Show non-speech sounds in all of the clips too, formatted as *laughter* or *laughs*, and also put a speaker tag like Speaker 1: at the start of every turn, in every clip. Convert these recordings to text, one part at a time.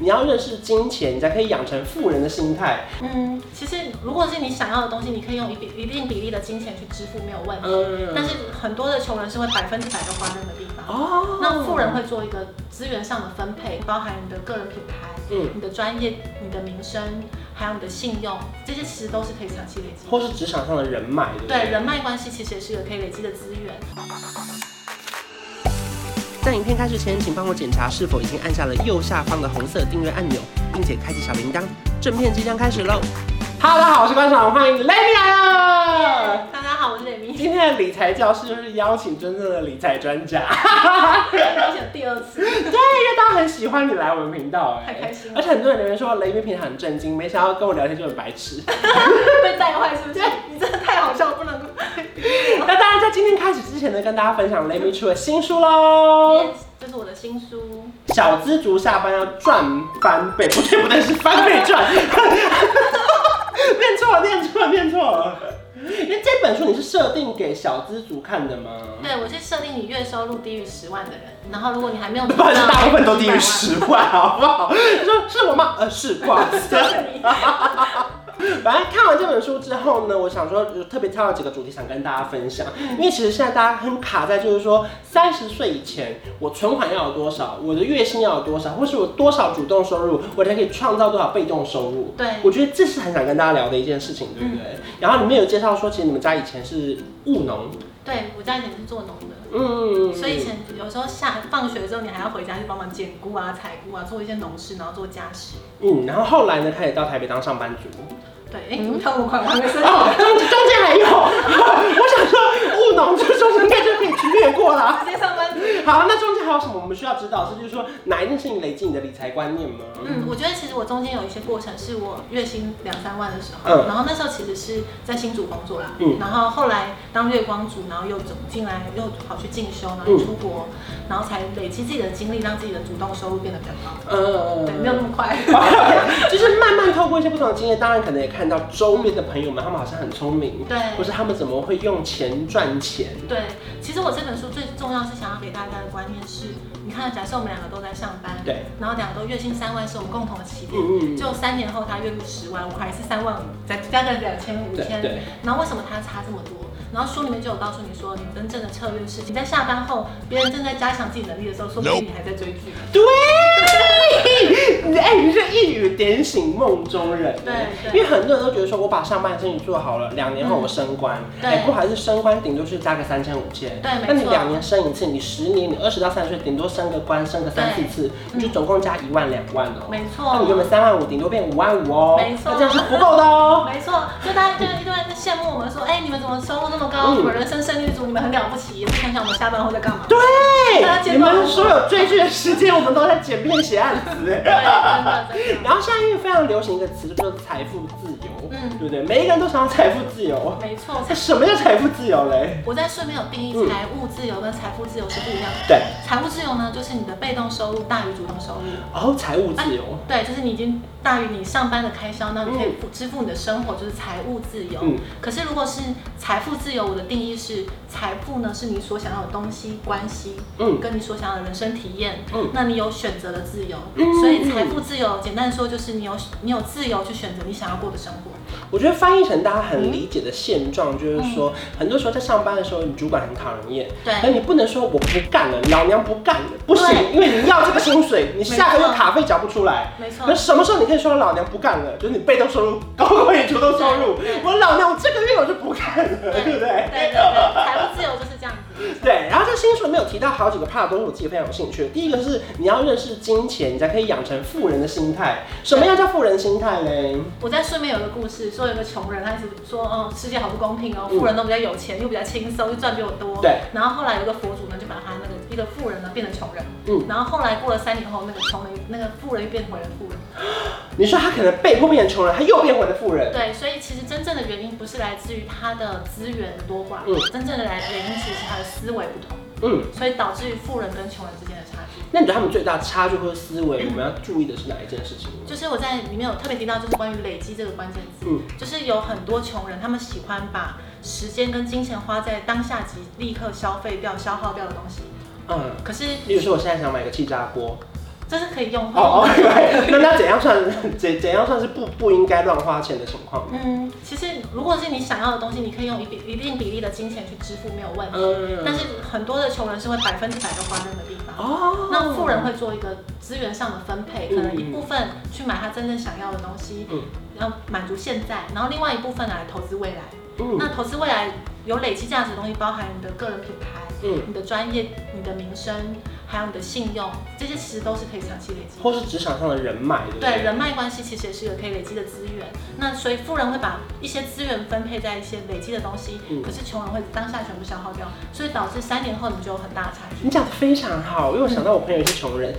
Speaker 1: 你要认识金钱，你才可以养成富人的心态。
Speaker 2: 嗯，其实如果是你想要的东西，你可以用一比一定比例的金钱去支付，没有问题。
Speaker 1: 嗯，
Speaker 2: 但是很多的穷人是会百分之百的花在那个地方。
Speaker 1: 哦，
Speaker 2: 那富人会做一个资源上的分配，包含你的个人品牌、
Speaker 1: 嗯，
Speaker 2: 你的专业、你的名声，还有你的信用，这些其实都是可以长期累积的。
Speaker 1: 或是职场上的人脉，对不对？
Speaker 2: 对人脉关系其实也是一个可以累积的资源。
Speaker 1: 在影片开始前，请帮我检查是否已经按下了右下方的红色订阅按钮，并且开启小铃铛。正片即将开始喽！Hello，大家好，我是观赏，欢迎 Lady 来了。
Speaker 2: 大家好，我是雷明， *laughs*
Speaker 1: 今天的理财教室就是邀请真正的理财专
Speaker 2: *laughs*
Speaker 1: 家，
Speaker 2: 邀请第二次，
Speaker 1: 对，因为大家很喜欢你来我们频道，哎
Speaker 2: 太开心了
Speaker 1: 而且很多人留言说雷斌平常很震惊，没想到跟我聊天就很白痴。
Speaker 2: 被带坏是不是？ *laughs* 你真的太好笑，不能 *laughs* 够。
Speaker 1: *laughs* 那当然，在今天开始之前呢，跟大家分享雷斌出的新书喽，
Speaker 2: 这是我的新书，
Speaker 1: 《小资族下班要赚翻倍》，不对不对，是翻倍赚。 *laughs* 念错了，念错了，念错了。因为这本书你是设定给小资族看的吗？
Speaker 2: 对我是设定你月收入低于十万的人，然后如果你还
Speaker 1: *laughs*
Speaker 2: 没有，
Speaker 1: 不好意思，大部分都低于，十万，好不好？你说 *laughs* 是我吗？呃，是，不好意思。
Speaker 2: 就是你。
Speaker 1: 反正看完这本书之后呢，我想说有特别挑了几个主题想跟大家分享，
Speaker 2: 嗯
Speaker 1: 因为其实现在大家很卡在就是说三十岁以前我存款要有多少，我的月薪要有多少，或是我多少主动收入，我才可以创造多少被动收入。
Speaker 2: 对，嗯
Speaker 1: 我觉得这是很想跟大家聊的一件事情，对不对？然后里面有介绍说，其实你们家以前是务农，
Speaker 2: *laughs* 对我家以前是做农的，
Speaker 1: 嗯，
Speaker 2: 所以以前有时候下放学之后，你还要回家去帮忙捡菇啊、采菇啊，做一些农事，然后做家事。
Speaker 1: 嗯，然后后来呢，开始到台北当上班族，
Speaker 2: 对，哎、
Speaker 1: 嗯
Speaker 2: 你看我快
Speaker 1: *laughs*
Speaker 2: 我还没生气，
Speaker 1: 哦，中中间还有， *laughs* 我想说务农这说应该就可以去略过啦。
Speaker 2: 直接上班族。
Speaker 1: *laughs* 好，那中间还有什么我们需要知道？是就是说哪一件事情累积你的理财观念吗？
Speaker 2: 嗯，我觉得其实我中间有一些过程，是我月薪两三万的时候，
Speaker 1: 嗯
Speaker 2: 然后那时候其实是在新竹工作啦，
Speaker 1: 嗯
Speaker 2: 然后后来当月光族，然后又走进来，又跑去进修，然后
Speaker 1: 嗯
Speaker 2: 出国，然后才累积自己的经历，让自己的主动收入变得比较高。
Speaker 1: 呃，
Speaker 2: 对，没有那么
Speaker 1: *laughs*
Speaker 2: 快。
Speaker 1: 嗯就是慢慢透过一些不同的经验，当然可能也看到周边的朋友们，他们好像很聪明，
Speaker 2: 对
Speaker 1: 或是他们怎么会用钱赚钱？
Speaker 2: 对，其实我这本书最重要是想要给大家的观念是，你看，啊假设我们两个都在上班，
Speaker 1: 对，
Speaker 2: 然后两个都月薪三万是我们共同的起点，
Speaker 1: 嗯嗯，
Speaker 2: 就三年后他月入十万，我还是三万五，再加个两千五
Speaker 1: 对
Speaker 2: 千，
Speaker 1: 对，
Speaker 2: 然后为什么它差这么多？然后书里面就有告诉你说，你真正的策略是，你在下班后，别人正在加强自己能力的时候，说不定你还在追剧。
Speaker 1: 对，哎、你这一语点醒梦中人。欸
Speaker 2: 对对嗯
Speaker 1: 因为很多人都觉得说，我把上半的事情做好了，两年后我升官，
Speaker 2: 对
Speaker 1: 哎、不好意思，升官顶多是加个三千五千，
Speaker 2: 对没错
Speaker 1: 那你两年升一次，你十年，你二十到三十岁，顶多升个官，升个三四
Speaker 2: 对嗯
Speaker 1: 次，你就总共加一万两万哦、
Speaker 2: 没错
Speaker 1: 那你原本三万五，顶多变五万五哦、
Speaker 2: 没错
Speaker 1: 那这样是不够的
Speaker 2: *laughs*
Speaker 1: 哦、
Speaker 2: 没错，就大家就一堆人在羡慕我们说，哎，你们怎么收入那么高？
Speaker 1: 嗯
Speaker 2: 你们人生胜利组，你们很了不起。也不想想我们下班后在干嘛？大家
Speaker 1: 对，
Speaker 2: 见
Speaker 1: 你
Speaker 2: 到
Speaker 1: 们
Speaker 2: 我
Speaker 1: 所有追剧的时间，我们都在剪片写案子。欸
Speaker 2: 对，真的真的，
Speaker 1: 然后现在因为非常流行一个词，就是财富自由，
Speaker 2: 嗯
Speaker 1: 对不对？每一个人都想要财富自由。
Speaker 2: 没错。
Speaker 1: 什么叫财富自由嘞？
Speaker 2: 我在顺便有定
Speaker 1: 嗯
Speaker 2: 义，财务自由跟财富自由是不一样的。
Speaker 1: 对，
Speaker 2: 财务自由呢，就是你的被动收入大于主动收入。
Speaker 1: 哦，财务自由，
Speaker 2: 对，就是你已经大于你上班的开销，那你可以付支付你的生活，就是财务自由。
Speaker 1: 嗯
Speaker 2: 可是如果是财富自由，我的定义是财富呢是你所想要的东西、关系，
Speaker 1: 嗯
Speaker 2: 跟你所想要的人生体验，
Speaker 1: 嗯
Speaker 2: 那你有选择的自由。
Speaker 1: 嗯
Speaker 2: 所以财富自由，简单说就是你有你有自由去选择你想要过的生
Speaker 1: *laughs*
Speaker 2: 活。
Speaker 1: 我觉得翻译成大家很理解的现状，就是说，很多时候在上班的时候，你主管很讨人厌，可
Speaker 2: 嗯对，
Speaker 1: 你不能说我不干了，老娘不干了，不行，
Speaker 2: 对
Speaker 1: 因为你要这个薪
Speaker 2: *laughs*
Speaker 1: 水，你下个月
Speaker 2: 没错
Speaker 1: 卡费缴不出来。
Speaker 2: 没错
Speaker 1: 那。什么时候你可以说老娘不干了？就是你被动收入高过你主动收入
Speaker 2: 对，对
Speaker 1: 我老娘我这个月我就不干了，对不对
Speaker 2: 对？对对，财务自由就是这样子。
Speaker 1: 对，然后这新书里面有提到好几个怕的东西，我自己非常有兴趣。第一个是你要认识金钱，你才可以养成富人的心态。什么样叫富人心态嘞？
Speaker 2: 我在顺便有个故事，说有个穷人，他一直说，嗯，世界好不公平哦，富人都比较有钱，又比较轻松，又赚比我多。
Speaker 1: 对。
Speaker 2: 然后后来有个佛祖呢，就把他那个一个富人呢变成穷人。
Speaker 1: 嗯
Speaker 2: 嗯。然后后来过了三年后，那个穷人那个富人又变回了富人。
Speaker 1: 你说他可能被迫变成穷人，他又变回了富人。
Speaker 2: 对，所以其实真正的原因不是来自于他的资源多寡，
Speaker 1: 嗯
Speaker 2: 真正的来原因其实是他的思维不同，
Speaker 1: 嗯，
Speaker 2: 所以导致于富人跟穷人之间的差距。
Speaker 1: 那你觉得他们最大的差距或者思维，我们要注意的是哪一件事情？
Speaker 2: 就是我在里面有特别提到，就是关于累积这个关键字，
Speaker 1: 嗯
Speaker 2: 就是有很多穷人，他们喜欢把时间跟金钱花在当下即立刻消费掉、消耗掉的东西。
Speaker 1: 嗯，
Speaker 2: 可是，
Speaker 1: 例如说我现在想买个气炸锅，
Speaker 2: 这是可以用
Speaker 1: 哦
Speaker 2: 后
Speaker 1: 哦， *laughs* 对那那怎样算怎怎样算是不不应该乱花钱的情况呢？
Speaker 2: 嗯，其实如果是你想要的东西，你可以用一比一定比例的金钱去支付，没有问题。
Speaker 1: 嗯
Speaker 2: 但是很多的穷人是会百分之百的花在那个地方。
Speaker 1: 哦
Speaker 2: 那富人会做一个资源上的分配，可能
Speaker 1: 嗯
Speaker 2: 一部分去买他真正想要的东西
Speaker 1: 嗯，
Speaker 2: 然后满足现在，然后另外一部分拿来投资未来。
Speaker 1: 嗯
Speaker 2: 那投资未来有累积价值的东西，包含你的个人品牌、
Speaker 1: 嗯，
Speaker 2: 你的专业、你的名声，还有你的信用，这些其实都是可以长期累积的。
Speaker 1: 或是职场上的人脉，对不
Speaker 2: 对人脉关系其实也是一个可以累积的资源。那所以富人会把一些资源分配在一些累积的东西，
Speaker 1: 嗯
Speaker 2: 可是穷人会当下全部消耗掉，所以导致三年后你就有很大的差距。
Speaker 1: 你讲的非常好，因为我想到我朋友也是穷
Speaker 2: *laughs*
Speaker 1: 人。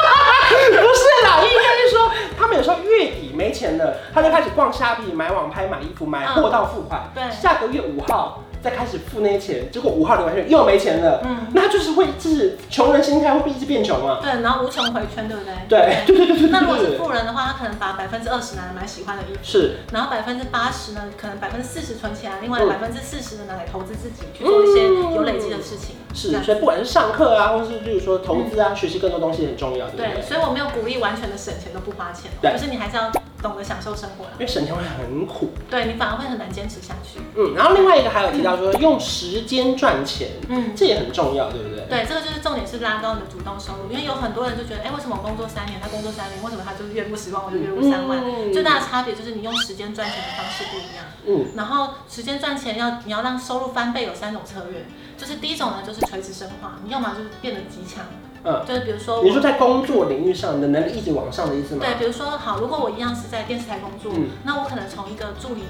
Speaker 1: 不是啦，应该是说他们有时候月底没钱了，他就开始逛虾皮、买网拍、买衣服、买货到付款。
Speaker 2: 嗯对
Speaker 1: 下个月五号再开始付那些钱，结果五号领完钱又没钱了。
Speaker 2: 嗯，
Speaker 1: 那就是会，就是穷人心态会一直变穷啊。
Speaker 2: 对，然后无穷回圈，对不对？
Speaker 1: 对 *laughs*
Speaker 2: 嗯
Speaker 1: 对对对对
Speaker 2: 那如果
Speaker 1: 对
Speaker 2: 是
Speaker 1: 对。
Speaker 2: 富人的话，他可能把百分之二十拿来买喜欢的衣服，
Speaker 1: 是，
Speaker 2: 然后百分之八十呢，可能百分之四十存起来，另外
Speaker 1: 嗯
Speaker 2: 百分之四十呢拿来投资自己，去做一些
Speaker 1: 嗯
Speaker 2: 有累积的事情。
Speaker 1: 是
Speaker 2: 这，样
Speaker 1: 所以不管是上课啊，或是例如说投资啊，学习更多东西很重要，对不对？
Speaker 2: 嗯对，所以我没有鼓励完全的省钱都不花钱哦，
Speaker 1: 对
Speaker 2: 就是你还是要懂得享受生活啦
Speaker 1: 因。为省钱会很苦。
Speaker 2: 对你反而会很难坚持下去。
Speaker 1: 嗯，然后另外一个还有提到说用时间赚钱，
Speaker 2: 嗯，
Speaker 1: 这也很重要，对不对？
Speaker 2: 对，这个就是重点是拉高你的主动收入，因为有很多人就觉得，哎、为什么我工作三年，他工作三年，为什么他就月入十万，我就月入三万？
Speaker 1: 嗯
Speaker 2: 最大的差别就是你用时间赚钱的方式不一样。
Speaker 1: 嗯，
Speaker 2: 然后时间赚钱要你要让收入翻倍，有三种策略，就是第一种呢就是垂直深化，你要么就是变得极强，
Speaker 1: 嗯，
Speaker 2: 就是比如说
Speaker 1: 你
Speaker 2: 我。
Speaker 1: 说在工作领域上，你的能力一直往上的意思吗？
Speaker 2: 对，比如说好，如果我一样是在电视台工作，
Speaker 1: 嗯
Speaker 2: 那我可能从一个助理，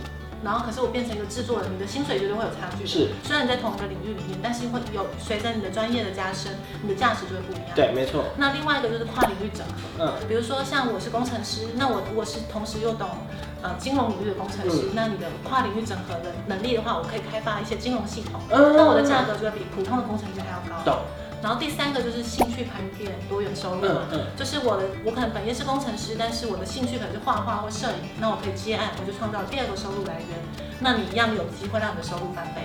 Speaker 2: 然后可是我变成一个制作人，你的薪水绝对会有差距。
Speaker 1: 是，
Speaker 2: 虽然在同一个领域里面，但是会有随着你的专业的加深，你的价值就会不一样。
Speaker 1: 对，没错，
Speaker 2: 那另外一个就是跨领域整合，
Speaker 1: 嗯
Speaker 2: 比如说像我是工程师，那我我是同时又懂呃金融领域的工程
Speaker 1: 嗯
Speaker 2: 师，那你的跨领域整合的能力的话，我可以开发一些金融系统，
Speaker 1: 嗯
Speaker 2: 那我的价格就会比普通的工程师还要高。
Speaker 1: 懂，
Speaker 2: 然后第三个就是兴趣盘点多元收入嘛，
Speaker 1: 嗯嗯
Speaker 2: 就是我的我可能本业是工程师，但是我的兴趣可能是画画或摄影，那我可以接案，我就创造第二个收入来源。那你一样有机会让你的收入翻倍，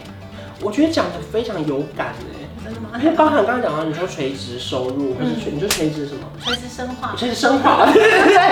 Speaker 1: 我觉得讲的非常有感哎，
Speaker 2: 真的
Speaker 1: *laughs*
Speaker 2: 吗？
Speaker 1: 因为包含刚刚讲到你说垂直收入，或是
Speaker 2: 嗯
Speaker 1: 垂，你说垂直什么？
Speaker 2: 垂直深化
Speaker 1: 我，垂直生化，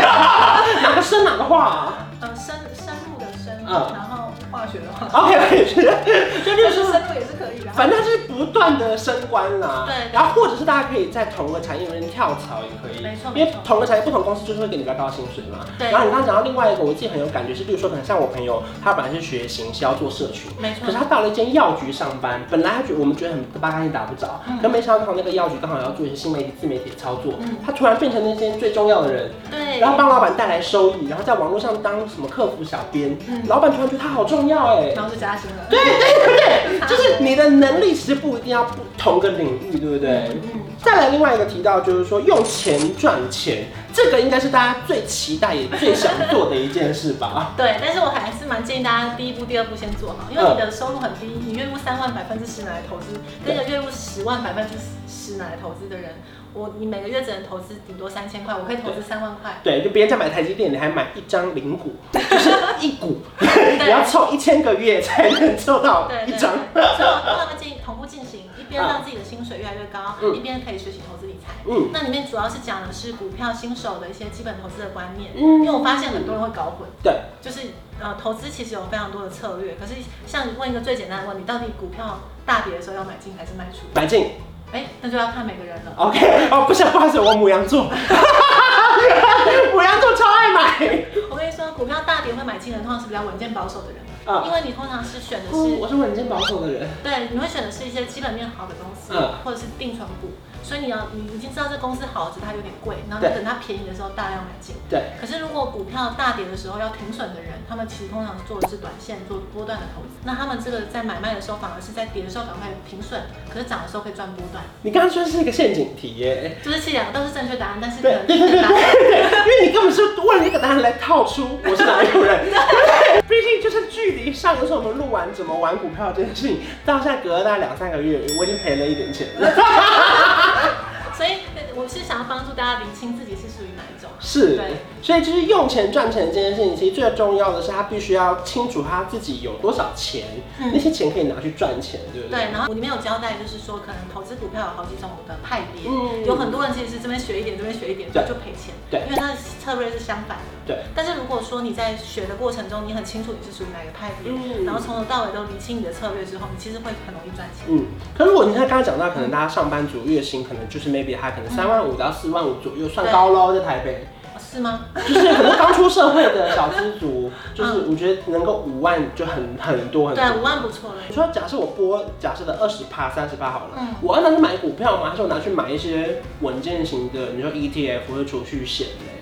Speaker 1: 哪个生哪个化啊
Speaker 2: 呃，深深入的深，
Speaker 1: 嗯
Speaker 2: 然后化学的化。
Speaker 1: ？OK，就 *laughs*
Speaker 2: 就
Speaker 1: 就是是。
Speaker 2: 深入也是可以的。
Speaker 1: 反正它就是不断的升官啦，
Speaker 2: 对对
Speaker 1: 然后或者是大家可以在同个产业里面跳槽也可以，
Speaker 2: 没错
Speaker 1: 因为
Speaker 2: 没错
Speaker 1: 同个产业不同公司就是会给你比较高的薪水嘛。
Speaker 2: 对
Speaker 1: 然后你刚刚讲到另外一个，我自己很有感觉是，例如说可能像我朋友，他本来是学行销做社群，
Speaker 2: 没
Speaker 1: 可是
Speaker 2: 错，
Speaker 1: 他到了一间药局上班，本来他觉得我们觉得很八竿子打不着，
Speaker 2: 嗯
Speaker 1: 可没想到那个药局刚好要做一些新媒体、自媒体的操作
Speaker 2: 嗯，
Speaker 1: 他突然变成那间最重要的人，
Speaker 2: 对，
Speaker 1: 然后帮老板带来收益，然后在网络上当什么客服小编，
Speaker 2: 嗯
Speaker 1: 老板突然觉得他好重要哎，
Speaker 2: 然后就加薪了。
Speaker 1: 对对对对，就是你的能力其实不一定要不同个领域，对不对？
Speaker 2: 嗯，
Speaker 1: 再来另外一个提到就是说用钱赚钱，这个应该是大家最期待也最想做的一件事吧？ *laughs*
Speaker 2: 对，但是我还是蛮建议大家第一步、第二步先做好，因
Speaker 1: 嗯
Speaker 2: 为你的收入很低，你月入三万百分之十拿来投资，跟一个月入十万百分之十拿来投资的人，我你每个月只能投资顶多三千块，我可以投资三万块。
Speaker 1: 对，就别人在买台积电，你还买一张零 *laughs* 股，就是一股，
Speaker 2: 对
Speaker 1: 你要凑一千个月才能凑到
Speaker 2: 对
Speaker 1: 一
Speaker 2: 对，对所
Speaker 1: 张
Speaker 2: 以。我跟他们建议同步进行，一边
Speaker 1: 嗯
Speaker 2: 让自己的薪水越来越高，
Speaker 1: 嗯
Speaker 2: 一边可以学习投资理财。
Speaker 1: 嗯
Speaker 2: 那里面主要是讲的是股票新手的一些基本投资的观念，因
Speaker 1: 嗯
Speaker 2: 为我发现很多人会搞混。
Speaker 1: 对，
Speaker 2: 就是呃，投资其实有非常多的策略，可是像问一个最简单的问题，到底股票大跌的时候要买进还是卖出？
Speaker 1: 白净
Speaker 2: 哎、那就要看每个人了。
Speaker 1: ，OK，哦，不是，不好意思，我母羊座， *laughs* 母羊座超爱买，
Speaker 2: 我跟你说，股票大跌会买进的，通常是比较稳健保守的人，
Speaker 1: 啊
Speaker 2: 因为你通常是选的
Speaker 1: 嗯
Speaker 2: 是
Speaker 1: 我是稳健保守的人。
Speaker 2: 对，你会选的是一些基本面好的公司，
Speaker 1: 嗯
Speaker 2: 或者是定存股，所以你要你已经知道这公司好，只是它有点贵，然后你
Speaker 1: 对
Speaker 2: 等它便宜的时候大量买进。
Speaker 1: 对，
Speaker 2: 可是如果股票大跌的时候要停损的人，他们其实通常做的是短线，做波段的投资。那他们这个在买卖的时候，反而是在跌的时候赶快停损，可是涨的时候可以赚波段，
Speaker 1: 你刚刚说是一个陷阱题耶，
Speaker 2: 就是这两个都是正确答案，但是
Speaker 1: 对
Speaker 2: 可能
Speaker 1: 对
Speaker 2: 第
Speaker 1: 对
Speaker 2: 一
Speaker 1: 对
Speaker 2: 个答案。 *laughs*
Speaker 1: 对，因为你根本是问了一个答案来套出我是哪一种人。对，毕竟就是距离上一次我们录完怎么玩股票这件事情，到现在隔了大概两三个月，我已经赔了一点钱了。
Speaker 2: 所以我是想要帮助大家理清自己是属于哪一种。
Speaker 1: 是
Speaker 2: 对，
Speaker 1: 所以就是用钱赚钱这件事情，其实最重要的是他必须要清楚他自己有多少钱，
Speaker 2: 嗯
Speaker 1: 那些钱可以拿去赚钱，对不对？
Speaker 2: 对，然后我里面有交代，就是说可能投资股票有好几种的派别，
Speaker 1: 嗯
Speaker 2: 有很多人其实是这边学一点，这边学一点，
Speaker 1: 对
Speaker 2: 就赔钱，
Speaker 1: 对
Speaker 2: 因为他的策略是相反的。
Speaker 1: 对，
Speaker 2: 但是如果说你在学的过程中，你很清楚你是属于哪个派别，
Speaker 1: 嗯
Speaker 2: 然后从头到尾都理清你的策略之后，你其实会很容易赚钱。
Speaker 1: 嗯，可是如果你看刚刚讲到，可能大家上班族月薪可能就是 maybe 他可能三万五到四万五左右，算高喽，在台北，
Speaker 2: 是吗？
Speaker 1: 就是可能刚出社会的小资族，就是我觉得能够五万就很很多很多。
Speaker 2: 嗯对，啊五万不错了。
Speaker 1: 你说假设我拨假设的二十趴、三十趴好了，
Speaker 2: 嗯
Speaker 1: 我要拿去买股票吗？还是我拿去买一些稳健型的，你说 ETF 或者储蓄险嘞？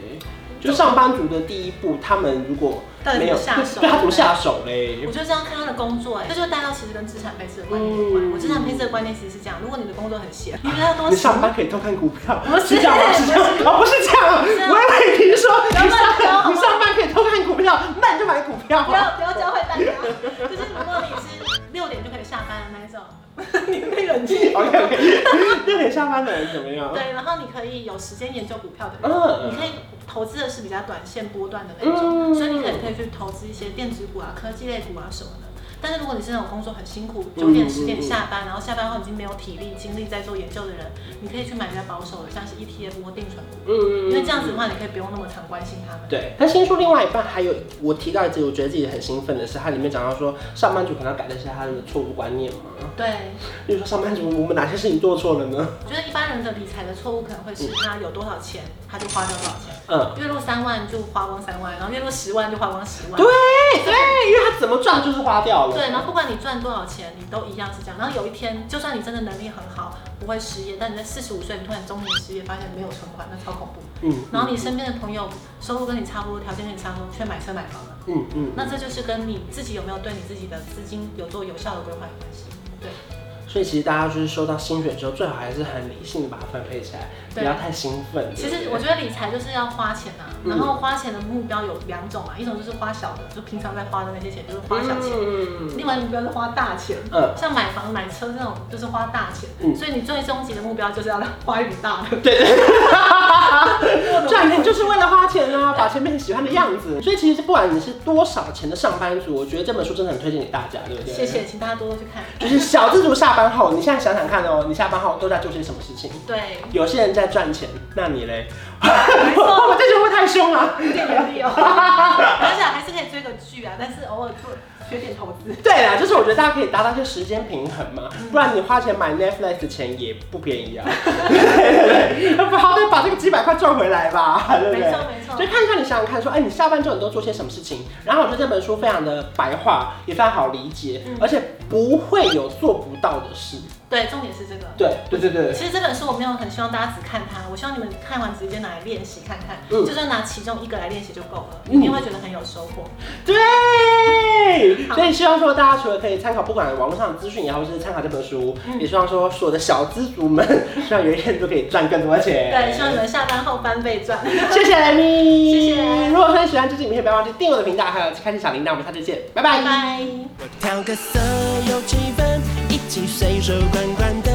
Speaker 1: 就上班族的第一步，他们如果
Speaker 2: 到底
Speaker 1: 没有
Speaker 2: 怎么下手
Speaker 1: 对他怎么下手嘞
Speaker 2: 我？觉得这样看他的工作、哎，这就带到其实跟资产配置的观念有
Speaker 1: 嗯
Speaker 2: 关。我资产配置的观念其实是这样：如果你的工作很闲，你觉得要多
Speaker 1: *laughs* 你上
Speaker 2: 闲，
Speaker 1: 班可以偷看股票，
Speaker 2: 不是
Speaker 1: 这
Speaker 2: *laughs*
Speaker 1: 样吗？是这样啊，不是这样。我以为你说
Speaker 2: 不要
Speaker 1: 你
Speaker 2: 乱说
Speaker 1: 上
Speaker 2: 好吗
Speaker 1: 你上班可以偷看股票，那你就买股票啊
Speaker 2: 不要不要教坏大家。就是如果你是六点就可以下班的那一种， *laughs* 你可以冷静。
Speaker 1: OK OK，六点下班的人怎么样？
Speaker 2: 对，然后你可以有时间研究股票的人，
Speaker 1: 嗯
Speaker 2: 你可以投资的是比较短线波段的那种，
Speaker 1: 嗯
Speaker 2: 所以你可能可以去投资一些电子股啊、科技类股啊什么的。但是如果你是那种工作很辛苦，
Speaker 1: 嗯
Speaker 2: 九点
Speaker 1: 嗯
Speaker 2: 十点
Speaker 1: 嗯
Speaker 2: 下班，然后下班后已经没有体力精力在做研究的人，你可以去买比较保守的，像是 ETF 或定存股，
Speaker 1: 嗯
Speaker 2: 因为这样子的话，你可以不用那么常关心他们。
Speaker 1: 对，但新书另外一半还有我提到一次，我觉得自己很兴奋的是，它里面讲到说，上班族可能要改正一下他的错误观念嘛。
Speaker 2: 对，
Speaker 1: 例如说，上班族我们哪些事情做错了呢？
Speaker 2: 我觉得一般人的理财的错误可能会是他有多少钱，他就花掉多少钱。
Speaker 1: 嗯，
Speaker 2: 月入三万就花光三万，然后月入十万就花光十万
Speaker 1: 对。对，因为他怎么赚就是花掉了。
Speaker 2: 对，然后不管你赚多少钱，你都一样是这样。然后有一天，就算你真的能力很好，不会失业，但你在四十五岁，你突然中年失业，发现没有存款，那超恐怖。
Speaker 1: 嗯
Speaker 2: 然后你身边的朋友收入跟你差不多，条件跟你差不多，却买车买房了，
Speaker 1: 嗯嗯，
Speaker 2: 那这就是跟你自己有没有对你自己的资金有做有效的规划有关系。对，
Speaker 1: 所以其实大家就是收到薪水之后，最好还是很理性的把它分配起来，不
Speaker 2: 对
Speaker 1: 要太兴奋。
Speaker 2: 其
Speaker 1: 对
Speaker 2: 实
Speaker 1: 不对
Speaker 2: 我觉得理财就是要花钱啊，然后花钱的目标有两种啊，一种就是花小的，就平常在花的那些钱，就是花小钱；
Speaker 1: 嗯
Speaker 2: 另外一个目标是花大钱。
Speaker 1: 嗯，
Speaker 2: 像买房、买车这种，就是花大钱，
Speaker 1: 嗯
Speaker 2: 所以你最终极的目标就是要花一笔大的。
Speaker 1: 对
Speaker 2: *laughs*
Speaker 1: 对，赚钱就是为了花钱啊，把钱变成喜欢的样子。所以其实不管你是多少钱的上班族，我觉得这本书真的很推荐给大家，对不对？
Speaker 2: 谢谢，请大家多多去看。
Speaker 1: 就是小资族下班后，你现在想想看哦，你下班后都在做些什么事情？
Speaker 2: 对，
Speaker 1: 有些人在赚钱，那你嘞？
Speaker 2: 没错
Speaker 1: 哦我这句会不会太凶了、
Speaker 2: 有点
Speaker 1: *laughs*
Speaker 2: 严厉哦，而且还是可以追个剧啊，但是偶尔做学点投资。
Speaker 1: 对啦，就是我觉得大家可以达到一些时间平衡嘛，不然你花钱买 Netflix 的钱也不便宜啊。对对对，好歹把这个几百块赚回来吧，对不
Speaker 2: 没
Speaker 1: 对？
Speaker 2: 错没错
Speaker 1: 所以，看一下你想想看，说，哎，你下班之后你都做些什么事情？然后我觉得这本书非常的白话，也非常好理解，
Speaker 2: 嗯
Speaker 1: 而且不会有做不到的事。
Speaker 2: 对，重点是这个。
Speaker 1: 对对对对，
Speaker 2: 其实这本书我没有很希望大家只看它，我希望你们看完直接拿来练习看看，
Speaker 1: 嗯
Speaker 2: 就算拿其中一个来练习就够了，
Speaker 1: 嗯
Speaker 2: 一定会觉得很有收获。
Speaker 1: 对，
Speaker 2: 好
Speaker 1: 所以希望说大家除了可以参考不管网络上的资讯也好，或是参考这本书，
Speaker 2: 嗯
Speaker 1: 也希望说所有的小资族们， *laughs* 希望有一天都可以赚更多钱。
Speaker 2: 对，希望你们下班后翻倍
Speaker 1: *laughs*
Speaker 2: 赚。
Speaker 1: 谢谢莱咪，
Speaker 2: 谢谢
Speaker 1: 如果说你喜欢这支影片，不要忘记订阅我的频道，还有开启小铃铛，我们下次见，拜拜
Speaker 2: 拜拜。
Speaker 1: 调个色有气氛，一起随手关关灯。